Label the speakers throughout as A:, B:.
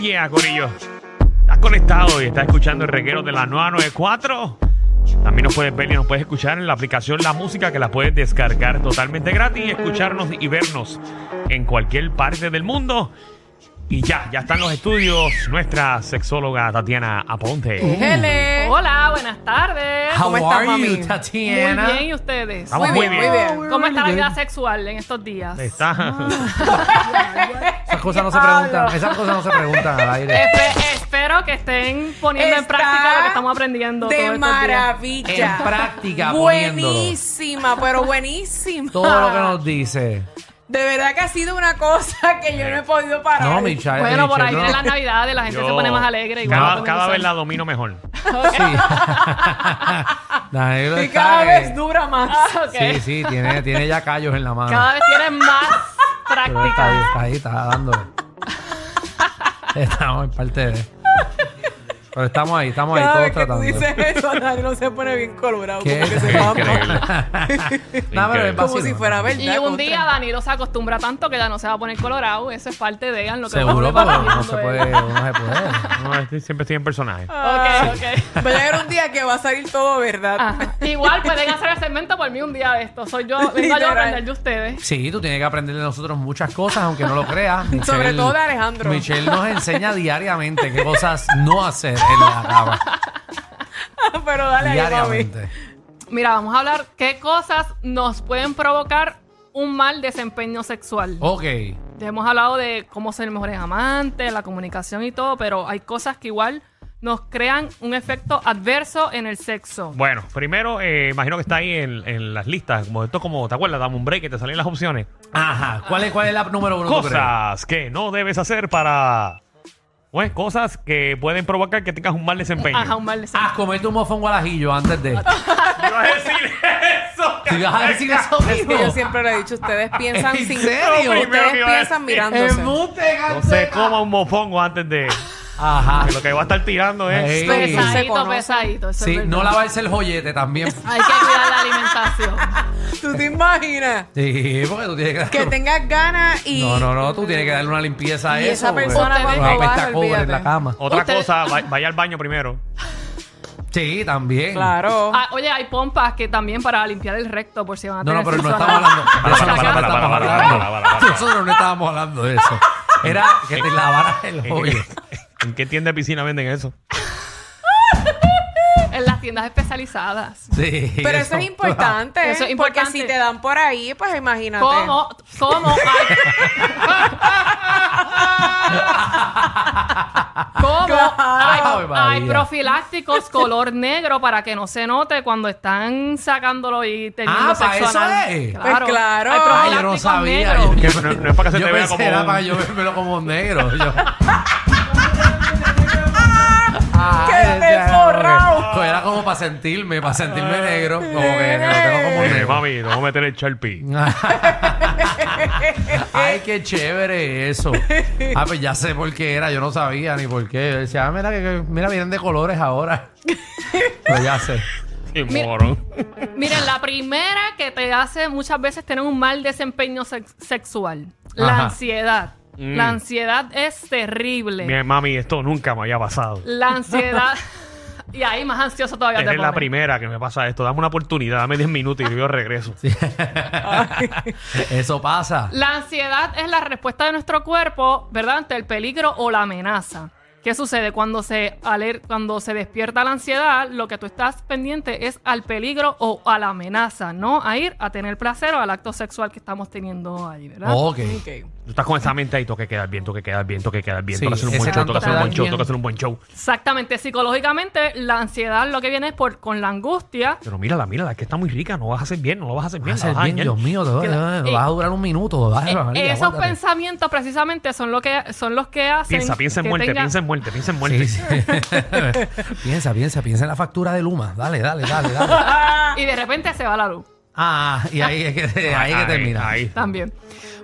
A: yeah, Corillo. Estás conectado y estás escuchando el reguero de la 994. También nos puedes ver y nos puedes escuchar en la aplicación La Música, que la puedes descargar totalmente gratis y escucharnos y vernos en cualquier parte del mundo. Y ya, ya están los estudios. Nuestra sexóloga Tatiana Aponte.
B: Hele.
C: Hola, buenas tardes.
B: ¿Cómo
D: How
B: estás,
D: are
B: mami?
D: you, Tatiana?
C: Muy bien, ¿y ustedes?
A: Estamos
B: muy bien, muy bien.
C: ¿Cómo está la vida sexual en estos días?
A: Está.
C: Ah,
D: Esas cosas no se preguntan. Esas cosas no se preguntan al aire.
C: Espe- espero que estén poniendo en
B: Está
C: práctica lo que estamos aprendiendo. todos
B: De
C: estos días.
B: maravilla.
D: En práctica, poniéndolo.
B: Buenísima, pero buenísima.
D: Todo lo que nos dice.
B: De verdad que ha sido una cosa que yo no he podido parar.
D: No, Michelle.
C: Bueno, por ahí
D: Michelle,
C: vienen
D: no.
C: las navidades, la gente se
A: Yo-
C: pone más alegre. igual
A: Cada,
C: no
A: cada vez
C: podemos
A: la domino mejor.
D: Sí. Danilo
B: y
D: está,
B: cada
D: eh,
B: vez dura más.
C: usar. Ah, ok.
D: Sí, sí, tiene, tiene ya callos en la mano.
C: Cada vez tienen más
D: Pero está ahí,
C: práctica.
D: está ahí, está dándole. Estamos en parte de. Pero estamos ahí, estamos ahí,
B: Cada
D: todos
B: vez que tú
D: tratando.
B: dices eso, Danilo se pone bien colorado.
D: ¿Qué?
B: Como que se
A: Qué
B: va
A: increíble.
D: No, pero es
A: Increíble.
B: Como
D: vacilón.
B: si fuera verdad.
C: Y un
B: contra-
C: día Danilo se acostumbra tanto que ya no se va a poner colorado. Eso es parte de él. Lo que
D: Seguro,
C: vamos
D: pero no se
C: aprendiendo
D: puede,
C: de él.
D: no se puede.
A: No, estoy- siempre estoy en personaje.
C: Ok, Ah. ok.
B: Va a llegar un día que va a salir todo verdad.
C: Ajá. Igual pueden hacer el segmento por mí un día de esto. Soy yo, vengo yo a
B: Literal.
C: aprender de ustedes.
D: Sí, tú tienes que aprender de nosotros muchas cosas, aunque no lo creas.
B: Sobre todo de Alejandro.
D: Michelle nos enseña diariamente qué cosas no hacer en la cama.
B: pero dale ahí, mami.
D: diariamente.
C: Mira, vamos a hablar qué cosas nos pueden provocar un mal desempeño sexual.
D: Ok.
C: Ya hemos hablado de cómo ser mejores amantes, la comunicación y todo, pero hay cosas que igual nos crean un efecto adverso en el sexo.
A: Bueno, primero, eh, imagino que está ahí en, en las listas. Como esto, como, ¿te acuerdas? Dame un break que te salen las opciones.
D: Ajá. ¿Cuál es, cuál es la número uno? tú crees?
A: cosas que no debes hacer para. Pues cosas que pueden provocar que tengas un mal desempeño.
C: Ajá, un mal desempeño.
D: Ah, comete un mofón gualajillo antes de.
A: ibas a decir eso?
D: ¿Te ibas a decir eso
B: Es
D: mismo?
B: que yo siempre le he dicho, ustedes piensan
D: ¿En
B: sin
D: serio?
A: Primero que
B: Ustedes
A: iba a
B: piensan
A: decir.
B: mirándose.
D: Embute,
A: No se
D: ganteca.
A: coma un mofongo antes de.
D: Ajá.
A: Que lo que va a estar tirando ¿eh? es.
D: Ey.
B: Sí, se
C: Pesadito,
B: conoce.
C: pesadito. eso es
D: Sí,
C: verdad.
D: no lavarse el joyete también.
C: Hay que cuidar la alimentación.
B: ¿Tú te imaginas?
D: Sí, porque tú tienes que.
B: Que
D: darle-
B: tengas ganas y...
D: No, no, no, tú tienes que darle una limpieza a
B: Y
D: eso.
B: esa
D: porque
B: persona
D: eso
C: cuando
D: va a
B: baje,
D: apestar cobre en
B: olvídate.
D: la cama.
A: Otra
C: Ustedes-
A: cosa, va- vaya al baño primero.
D: Sí, también.
B: Claro.
C: Ah, oye, hay pompas que también para limpiar el recto por si
B: Ah,
C: van a
D: No,
C: tener
D: no, pero no
C: sexo
D: estamos
C: anal.
D: hablando de eso.
A: Para, para, para,
D: nosotros no
A: para, para,
D: estamos hablando.
A: para, para, para.
D: Nosotros no estábamos hablando de eso. Era que te lavaras el hoyo.
A: ¿En qué tienda de piscina venden eso?
C: En las tiendas especializadas.
D: Sí,
B: Pero eso es importante,
C: Eso es
B: ¿eh?
C: importante.
B: Porque si te dan por ahí, pues
D: Ah,
B: imagínate.
C: ¿Cómo? ¿Cómo? Hay... ¿Cómo? Hay,
D: Ave María.
C: hay profilácticos color negro para que no se note cuando están sacándolo y teniendo
D: Ah, ¿para
C: sexo
D: eso
C: anal.
D: es?
B: Pues claro.
C: Hay
D: Ah,
C: profilácticos
D: yo no sabía.
C: negros.
A: Que no- no es para que se
D: yo
A: te vea
D: pensé
A: como
D: era
A: un-
D: para yo vérmelo como negro. Yo.
B: ¡Qué desforrado!
D: Pues era como para sentirme, para sentirme negro. Como que lo tengo como
A: Eh,
D: negro.
A: mami, no vamos a meter el Sharpie.
D: Ay, qué chévere eso. Ah, pues ya sé por qué era, yo no sabía ni por qué. Yo decía, ah, mira, que, que- mira, vienen de colores ahora. Pero ya sé.
A: Sí, morón.
C: Miren, la primera que te hace muchas veces tener un mal desempeño sex- sexual. La
D: Ajá.
C: ansiedad.
A: Mm.
C: La ansiedad es terrible.
A: Bien, mami, esto nunca me había pasado.
C: La ansiedad. y ahí más ansioso todavía
A: Esta
C: te
A: es la
C: pones.
A: primera que me pasa esto. Dame una oportunidad, dame 10 minutos y yo regreso.
D: Eso pasa.
C: La ansiedad es la respuesta de nuestro cuerpo, ¿verdad?, ante el peligro o la amenaza. ¿Qué sucede? Cuando se, aler- cuando se despierta la ansiedad, lo que tú estás pendiente es al peligro o a la amenaza, no a ir a tener placer o al acto sexual que estamos teniendo ahí, ¿verdad?
A: Oh.
D: Ok. Ah,
B: Ok.
A: Tú estás con esa mente ahí, toque quedar bien, toque quedar bien, toque quedar bien,
D: Sí,
A: toca hacer un buen
D: ese
A: show, toca
D: tanto
A: hacer un buen
D: quedar
A: show,
D: bien.
A: toca hacer un buen show.
C: Exactamente, psicológicamente la ansiedad lo que viene es por, con la angustia.
A: Pero mírala, mírala, que está muy rica, no vas a hacer bien, no lo vas a hacer bien.
D: Vas
A: la
D: a ser
A: vas a
D: bien,
A: dañar.
D: Dios mío, te va,
C: Que la-
D: te va a durar un minuto. vas a-
C: Eh,
D: María,
C: esos
D: aguántate.
C: pensamientos precisamente son, lo que, son los que hacen...
A: Piensa, piensa en
C: que
A: muerte,
C: tenga-
A: piensa en muerte, piensa en muerte.
D: Sí, sí. piensa, piensa, piensa en la factura de Luma. Dale, dale, dale, dale.
C: Y de repente se va la luz.
D: Ah, y ahí es que, ahí es que termina.
A: ahí.
C: También.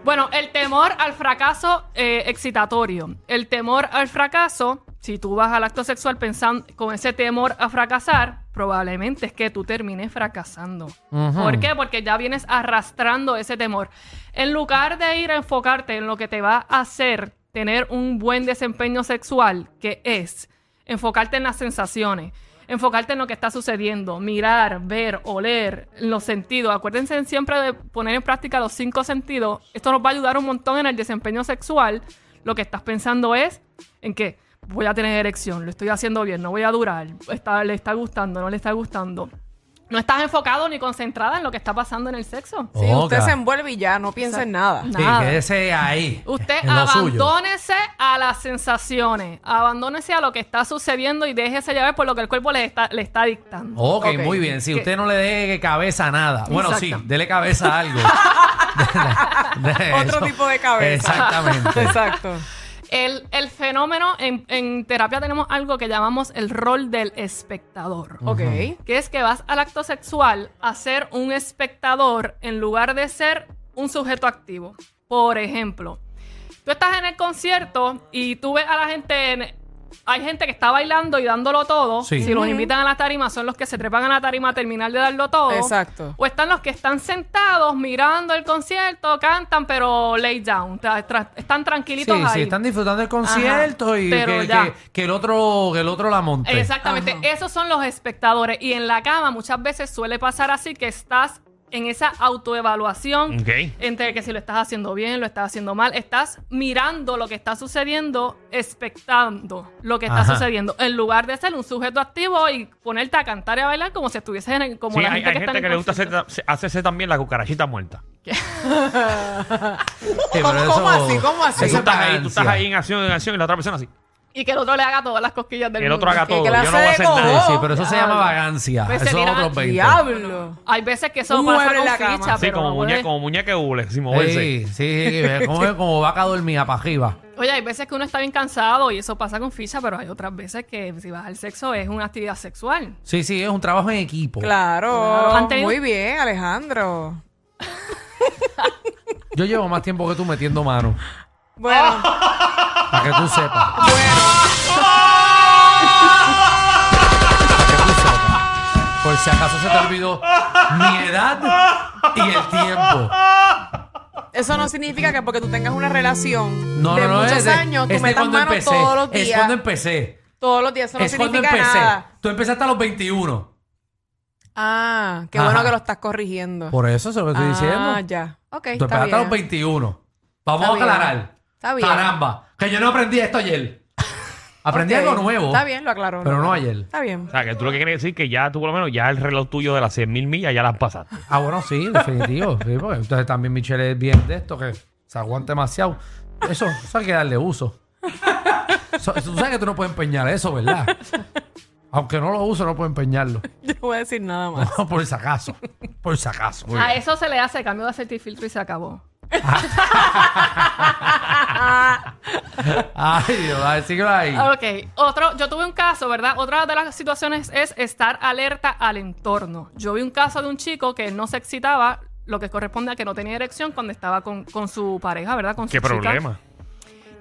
C: Bueno, el temor al fracaso eh, excitatorio. El temor al fracaso, si tú vas al acto sexual pensando con ese temor a fracasar, probablemente es que tú termines fracasando.
D: Ujú.
C: ¿Por qué? Porque ya vienes arrastrando ese temor. En lugar de ir a enfocarte en lo que te va a hacer tener un buen desempeño sexual, que es enfocarte en las sensaciones, enfocarte en lo que está sucediendo, mirar, ver, oler, los sentidos. Acuérdense siempre de poner en práctica los cinco sentidos. Esto nos va a ayudar un montón en el desempeño sexual. Lo que estás pensando es en que voy a tener erección, lo estoy haciendo bien, no voy a durar, está- le está gustando, no le está gustando. No estás enfocado ni concentrada en lo que está pasando en el sexo.
B: Sí, usted
D: Oca.
B: se envuelve y ya no piensa en nada.
D: Sí,
C: Nada.
D: quédese ahí.
C: Usted
D: en lo suyo.
C: abandónese a las sensaciones, abandónese a lo que está sucediendo y déjese llevar por lo que el cuerpo le está, le está dictando.
D: Ok,
B: Ok.
D: muy bien. Si
C: Que-
D: usted no le dé cabeza a nada. Bueno, sí,
C: Exacto.
D: dele cabeza a algo. De- de
B: Otro
D: eso.
B: tipo de cabeza.
D: Exactamente.
B: Exacto.
C: El, el fenómeno, en, en terapia tenemos algo que llamamos el rol del espectador.
B: Ok.
C: que es que vas al acto sexual a ser un espectador en lugar de ser un sujeto activo. Por ejemplo, tú estás en el concierto y tú ves a la gente, en- hay gente que está bailando y dándolo todo.
D: Sí.
C: Si los
B: Ujú.
C: invitan a la tarima, son los que se trepan a la tarima a terminar de darlo todo.
B: Exacto.
C: O están los que están sentados mirando el concierto, cantan, pero lay down, tra- tra- están tranquilitos
D: Sí,
C: ahí.
D: sí, están disfrutando del concierto y
C: pero
D: que,
C: ya.
D: que- que el otro, que el otro la monte.
C: Exactamente,
B: Ajá.
C: esos son los espectadores. Y en la cama muchas veces suele pasar así que estás en esa autoevaluación
A: Ok.
C: entre que si lo estás haciendo bien, lo estás haciendo mal, estás mirando lo que está sucediendo, expectando lo que está
D: Ajá.
C: sucediendo, en lugar de ser un sujeto activo y ponerte a cantar y a bailar como si estuvieses en el, como
A: Sí,
C: la
A: hay,
C: gente
A: hay
C: que está
A: gente
C: en
A: que
C: el
A: le gusta hacer,
C: concierto.
A: hacerse también la cucarachita muerta.
D: Sí, pero
B: ¿Cómo- cómo así? ¿Cómo así?
A: Tú
D: eso es
A: estás, ahí, tú
D: vagancia.
A: estás ahí en acción, en acción y la otra persona así.
C: y que el otro le haga todas las cosquillas del
A: El otro
C: mundo.
A: haga
B: ¿Qué
A: todo. Yo no
B: clase
A: voy a
B: de
A: hacer
B: cojo?
A: nada.
D: Sí, pero eso se
C: Diablo.
D: llama vagancia.
C: Pues se
D: eso es
C: tiran
D: otros
C: al
D: 20.
B: Diablo.
C: Hay veces que eso
B: Un
C: pasa
B: mueble en
C: con
B: la cama.
C: ficha,
A: Sí,
C: pero
A: como
C: no
A: muñeca,
C: puedes-
A: como muñeca de hule, sin moverse.
D: Sí, sí, sí, que- como, como vaca dormida para arriba.
C: Oye, hay veces que uno está bien cansado y eso pasa con ficha, pero hay otras veces que si vas al sexo es una actividad sexual.
D: Sí, sí, es un trabajo en equipo.
B: Claro.
C: Claro. Han tenido-
B: Muy bien, Alejandro.
D: Yo llevo más tiempo que tú metiendo mano,
B: Bueno,
D: para que tú sepas.
B: bueno.
D: para que tú sepas. Por si acaso se te olvidó mi edad y el tiempo.
B: Eso no significa que porque tú tengas una relación
D: No,
B: de
D: no, no.
B: muchos
D: es de-
B: años, tú
D: es de
B: metas
D: cuando
B: mano
D: empecé,
B: todos los
D: Es cuando
B: días.
D: empecé.
B: Todos los días, eso no
D: es cuando
B: significa
D: empecé.
B: nada.
D: Tú empezaste a los 21.
B: Ah, qué
D: Ajá.
B: bueno que lo estás corrigiendo.
D: Por eso se lo estoy
B: ah,
D: diciendo.
B: ya. Ok,
D: Tú
B: está
D: empezaste a los
B: bien.
D: 21. Vamos
B: Está
D: a
B: bien.
D: aclarar.
B: Está bien.
D: Caramba, que yo no aprendí esto ayer. Aprendí
B: Ok,
D: algo nuevo.
B: Está bien, lo aclaró.
D: Pero
B: lo
D: no
B: aclaró.
D: ayer.
B: Está bien.
A: O sea, que tú lo que quieres decir que ya tú, por lo menos, ya el reloj tuyo de las 100.000 millas ya las pasaste.
D: Ah, bueno, sí, definitivo. sí, porque entonces también Michelle es bien de esto, que se aguanta demasiado. Eso, eso hay que darle uso. Eso- eso- tú sabes que tú no puedes empeñar eso, ¿verdad? Aunque no lo uso, no puedo empeñarlo.
B: Yo no voy a decir nada más.
D: No, por si acaso. Por si acaso.
C: A eso se le hace cambio de aceite y filtro y se acabó.
D: Ay, Dios, a decirlo ahí.
C: Ok, otro, yo tuve un caso, ¿verdad? Otra de las situaciones es estar alerta al entorno. Yo vi un caso de un chico que no se excitaba, lo que corresponde a que no tenía erección cuando estaba con, con su pareja, ¿verdad? Con su
A: ¿Qué
C: chica.
A: problema?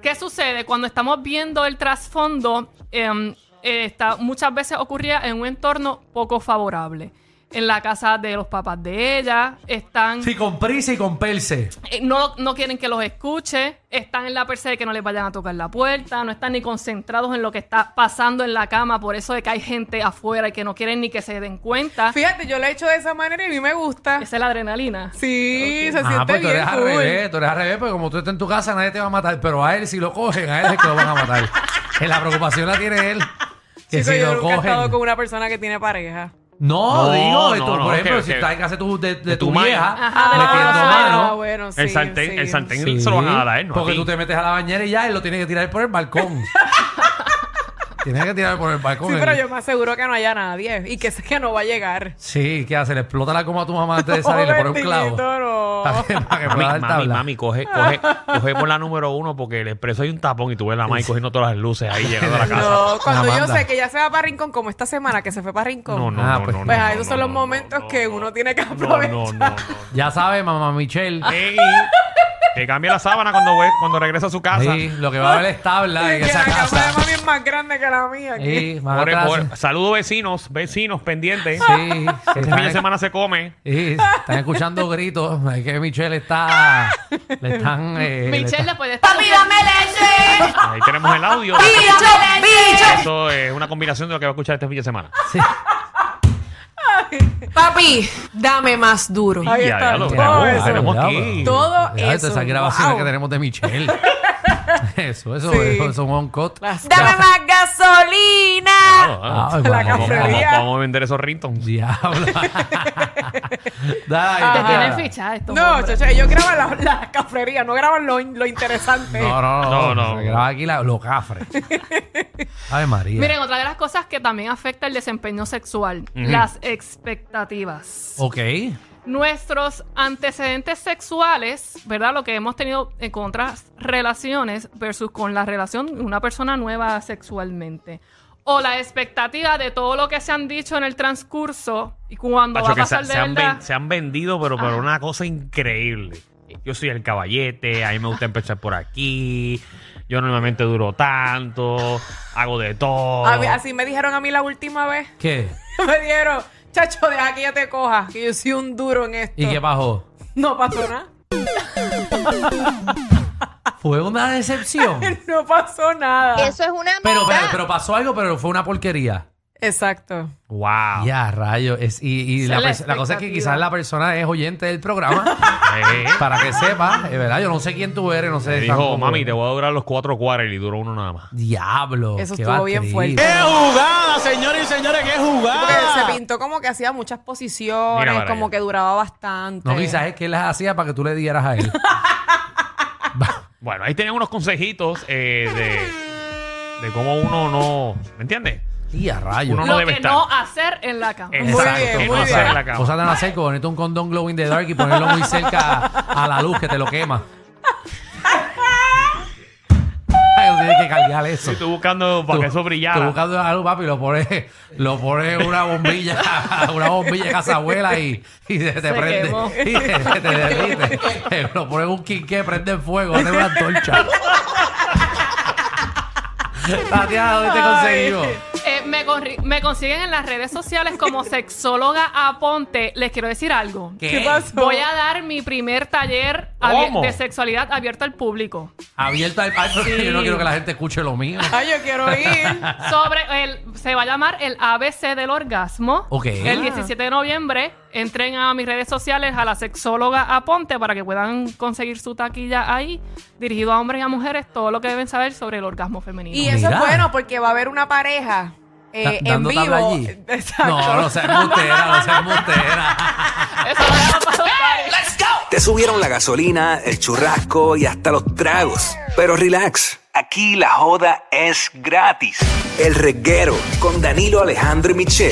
C: ¿Qué sucede? Cuando estamos viendo el trasfondo, em, eh, está, muchas veces ocurría en un entorno poco favorable. En la casa de los papás de ella, están,
D: Sí, con prisa y con perse.
C: eh, no, no quieren que los escuche, están en la perse de que no les vayan a tocar la puerta, no están ni concentrados en lo que está pasando en la cama, por eso de que hay gente afuera y que no quieren ni que se den cuenta.
B: Fíjate, yo lo he hecho de esa manera y a mí me gusta.
C: Esa es la adrenalina.
B: Sí, se
D: Ah,
B: siente
D: pues tú eres
B: bien
D: al
B: cool.
D: revés, tú eres al revés, porque como tú estás en tu casa nadie te va a matar, pero a él si lo cogen, a él es el que lo van a matar. Que la preocupación la tiene él. Que
B: Chico,
D: si
B: yo
D: lo
B: nunca he
D: cogen.
B: estado con una persona que tiene pareja.
D: No,
A: No,
D: digo, de
A: no,
D: tu-
A: no,
D: por ejemplo,
A: que-
D: si
A: que-
D: estás en casa de tu, de, de
A: de
D: tu
A: tu mãe.
D: vieja,
C: Ajá, de la
D: metiendo
C: mamá.
B: Ah,
D: mano.
B: bueno, sí.
A: el sartén,
B: sí.
A: el sartén
D: sí,
A: se lo van a dar a él, ¿no? a
D: porque
A: ti.
D: tú te metes a la bañera y ya él lo tiene que tirar por el balcón. Tienes que tirar por el balcón.
B: Sí, pero
D: él.
B: yo me aseguro que no haya nadie y que sé que no va a llegar.
D: Sí, ¿qué hace? Le explota la coma a tu mamá antes de salir, le pone un clavo.
B: Bendito, no.
D: Para que, para que
A: Mami,
D: pueda dar
A: mami,
D: tabla.
A: mami, coge, coge, coge por la número uno porque el expreso hay un tapón y tú ves la Mike cogiendo todas las luces ahí llegando a la casa.
B: No, cuando yo
D: Amanda.
B: sé que ya se va para Rincón, como esta semana que se fue para Rincón.
A: No, no,
D: Ah,
A: no,
D: pues.
A: no,
B: Pues
A: no,
B: a
A: no,
B: esos
A: no,
B: son los
A: no,
B: momentos
A: no,
B: que
A: no.
B: uno tiene que
A: No,
B: aprovechar.
A: no, no, no.
D: Ya sabe, mamá Michelle.
A: Ey, Que cambie la sábana cuando, ve- cuando regresa a su casa.
D: Ahí, lo que va a haber es tabla en
B: que
D: esa
B: la cama de
D: casa.
B: mami es más grande que la mía. aquí.
A: Eh,
D: Sí, más
A: Por-
D: atrás.
A: por- saludos vecinos, vecinos pendientes.
D: Sí, sí,
A: Este fin de
D: están-
A: semana se come.
D: Sí, están escuchando gritos. Es que Michelle está. Le están. eh, le
C: Michelle
D: está-
C: después de estar.
E: Papi, dame leche.
A: Ahí tenemos el audio.
E: Bicho, bicho.
A: Eso es una combinación de lo que va a escuchar este fin de semana.
D: Sí.
E: Papi, dame más duro.
B: Ahí
A: Ya,
B: está
A: ya lo-
B: todo
A: ya lo
B: eso.
A: tenemos aquí.
B: Todo
D: Cuidado,
B: eso,
D: Esas grabaciones
B: wow.
D: que tenemos de Michelle. eso, eso,
B: Sí.
D: eso, es un on cut.
B: Las-
E: Dame más gasolina.
A: Claro, claro.
D: Ay,
B: La
D: madre mía.
B: cafetería.
A: Vamos a vender esos Ringtons.
D: Diablo. Dale,
B: Ah,
C: Te
D: dale.
C: tienen fichada esto.
B: No, chacho, ellos graban la, la cafrería, no graban lo, lo interesante.
D: No, no,
A: No,
D: no.
A: no.
D: Se graba aquí la, los cafres. Ay, María.
C: Miren, otra de las cosas que también afecta el desempeño sexual,
A: Ujú. Oh.
C: las expectativas.
D: Ok.
C: Nuestros antecedentes sexuales, ¿verdad? Lo que hemos tenido en- con otras relaciones versus con la relación de una persona nueva sexualmente. O la expectativa de todo lo que se han dicho en el transcurso y cuando
A: Pacho,
C: va a
A: que
C: pasar
A: se, se
C: de
A: han ven-
C: verdad. Ah.
A: se han vendido, pero por
C: Ajá.
A: una cosa increíble. Yo soy el caballete, a mí me gusta empezar por aquí. Yo normalmente duro tanto, hago de todo.
B: A mí- así me dijeron a mí la última vez.
D: ¿Qué?
B: me dijeron, chacho, deja que yo te coja, que yo soy un duro en esto.
D: ¿Y qué pasó?
B: No pasó nada.
D: Fue una decepción.
B: No pasó nada.
F: Eso es una
D: Pero, pero,
F: maldad.
D: pero pasó algo, pero fue una porquería.
B: Exacto.
A: Wow.
D: Ya, rayo. Es, y y
C: Esa
D: la,
C: es la
D: pers- la cosa es que
C: expectativa.
D: quizás la persona es oyente del programa.
A: Eh,
D: para que sepa, es verdad. Yo no sé quién tú eres, no sé.
A: me dijo,
D: tampoco.
A: mami, te voy a durar los cuatro quarter y duró uno nada más.
D: Diablo.
B: Eso
D: qué
B: estuvo bien
D: batriz.
B: fuerte.
G: ¡Qué jugada, señores y señores! ¡Qué
B: Porque se
G: jugada!
B: pintó como que hacía muchas
A: Mira
B: posiciones,
A: para
B: como
A: allá.
B: que duraba bastante.
D: No, quizás es que él las hacía para que tú le dieras a él.
A: Bueno, ahí tienen unos consejitos eh, de, de cómo uno no. ¿Me entiendes?
D: Tía, rayo.
A: Uno no
C: lo
A: debe
C: que
A: estar. Eh.
C: no hacer en la cama.
B: Muy bien,
A: que no
B: muy
A: hacer
B: bien.
A: la cama.
D: Cosas tan hacer como ponerte un condón glow in the dark y ponerlo muy cerca a la luz que te lo quema. Ay, no tienes que cargar eso.
A: Estoy buscando para
D: Tú-
A: que eso
D: tú
A: brillara.
D: buscando algo, papi, lo pones, lo pones una bombilla, una bombilla de casa abuela y, y se te prende.
C: quemó.
D: Y se, te derrite. Eh, lo pones en un quinqué, prende en fuego, hace una antorcha. Tatiana, ¿dónde te conseguimos?
C: Eh, me, corri- me consiguen en las redes sociales como sexóloga Aponte. Les quiero decir algo.
B: ¿Qué pasó?
C: Voy a dar mi primer taller abie-
A: ¿Cómo?
C: de sexualidad abierto al público.
D: Abierta al parque. Yo no quiero que la gente escuche lo mío.
B: Ay, yo quiero ir.
C: Sobre el, se va a llamar el ABC del orgasmo.
D: Ok.
C: El 17 de noviembre entren a mis redes sociales a la sexóloga Aponte para que puedan conseguir su taquilla ahí, dirigido a hombres y a mujeres, todo lo que deben saber sobre el orgasmo femenino.
B: Y eso
D: Mira.
B: es bueno porque va a haber una pareja eh,
D: Da-
B: en
D: dando tabla
B: vivo.
D: allí.
B: Exacto.
D: No, no seas mutera, no seas mutera.
C: Eso lo dejo para los padres.
H: Te subieron la gasolina, el churrasco y hasta los tragos. Pero relax, aquí la joda es gratis. El reguero con Danilo Alejandro y Michel.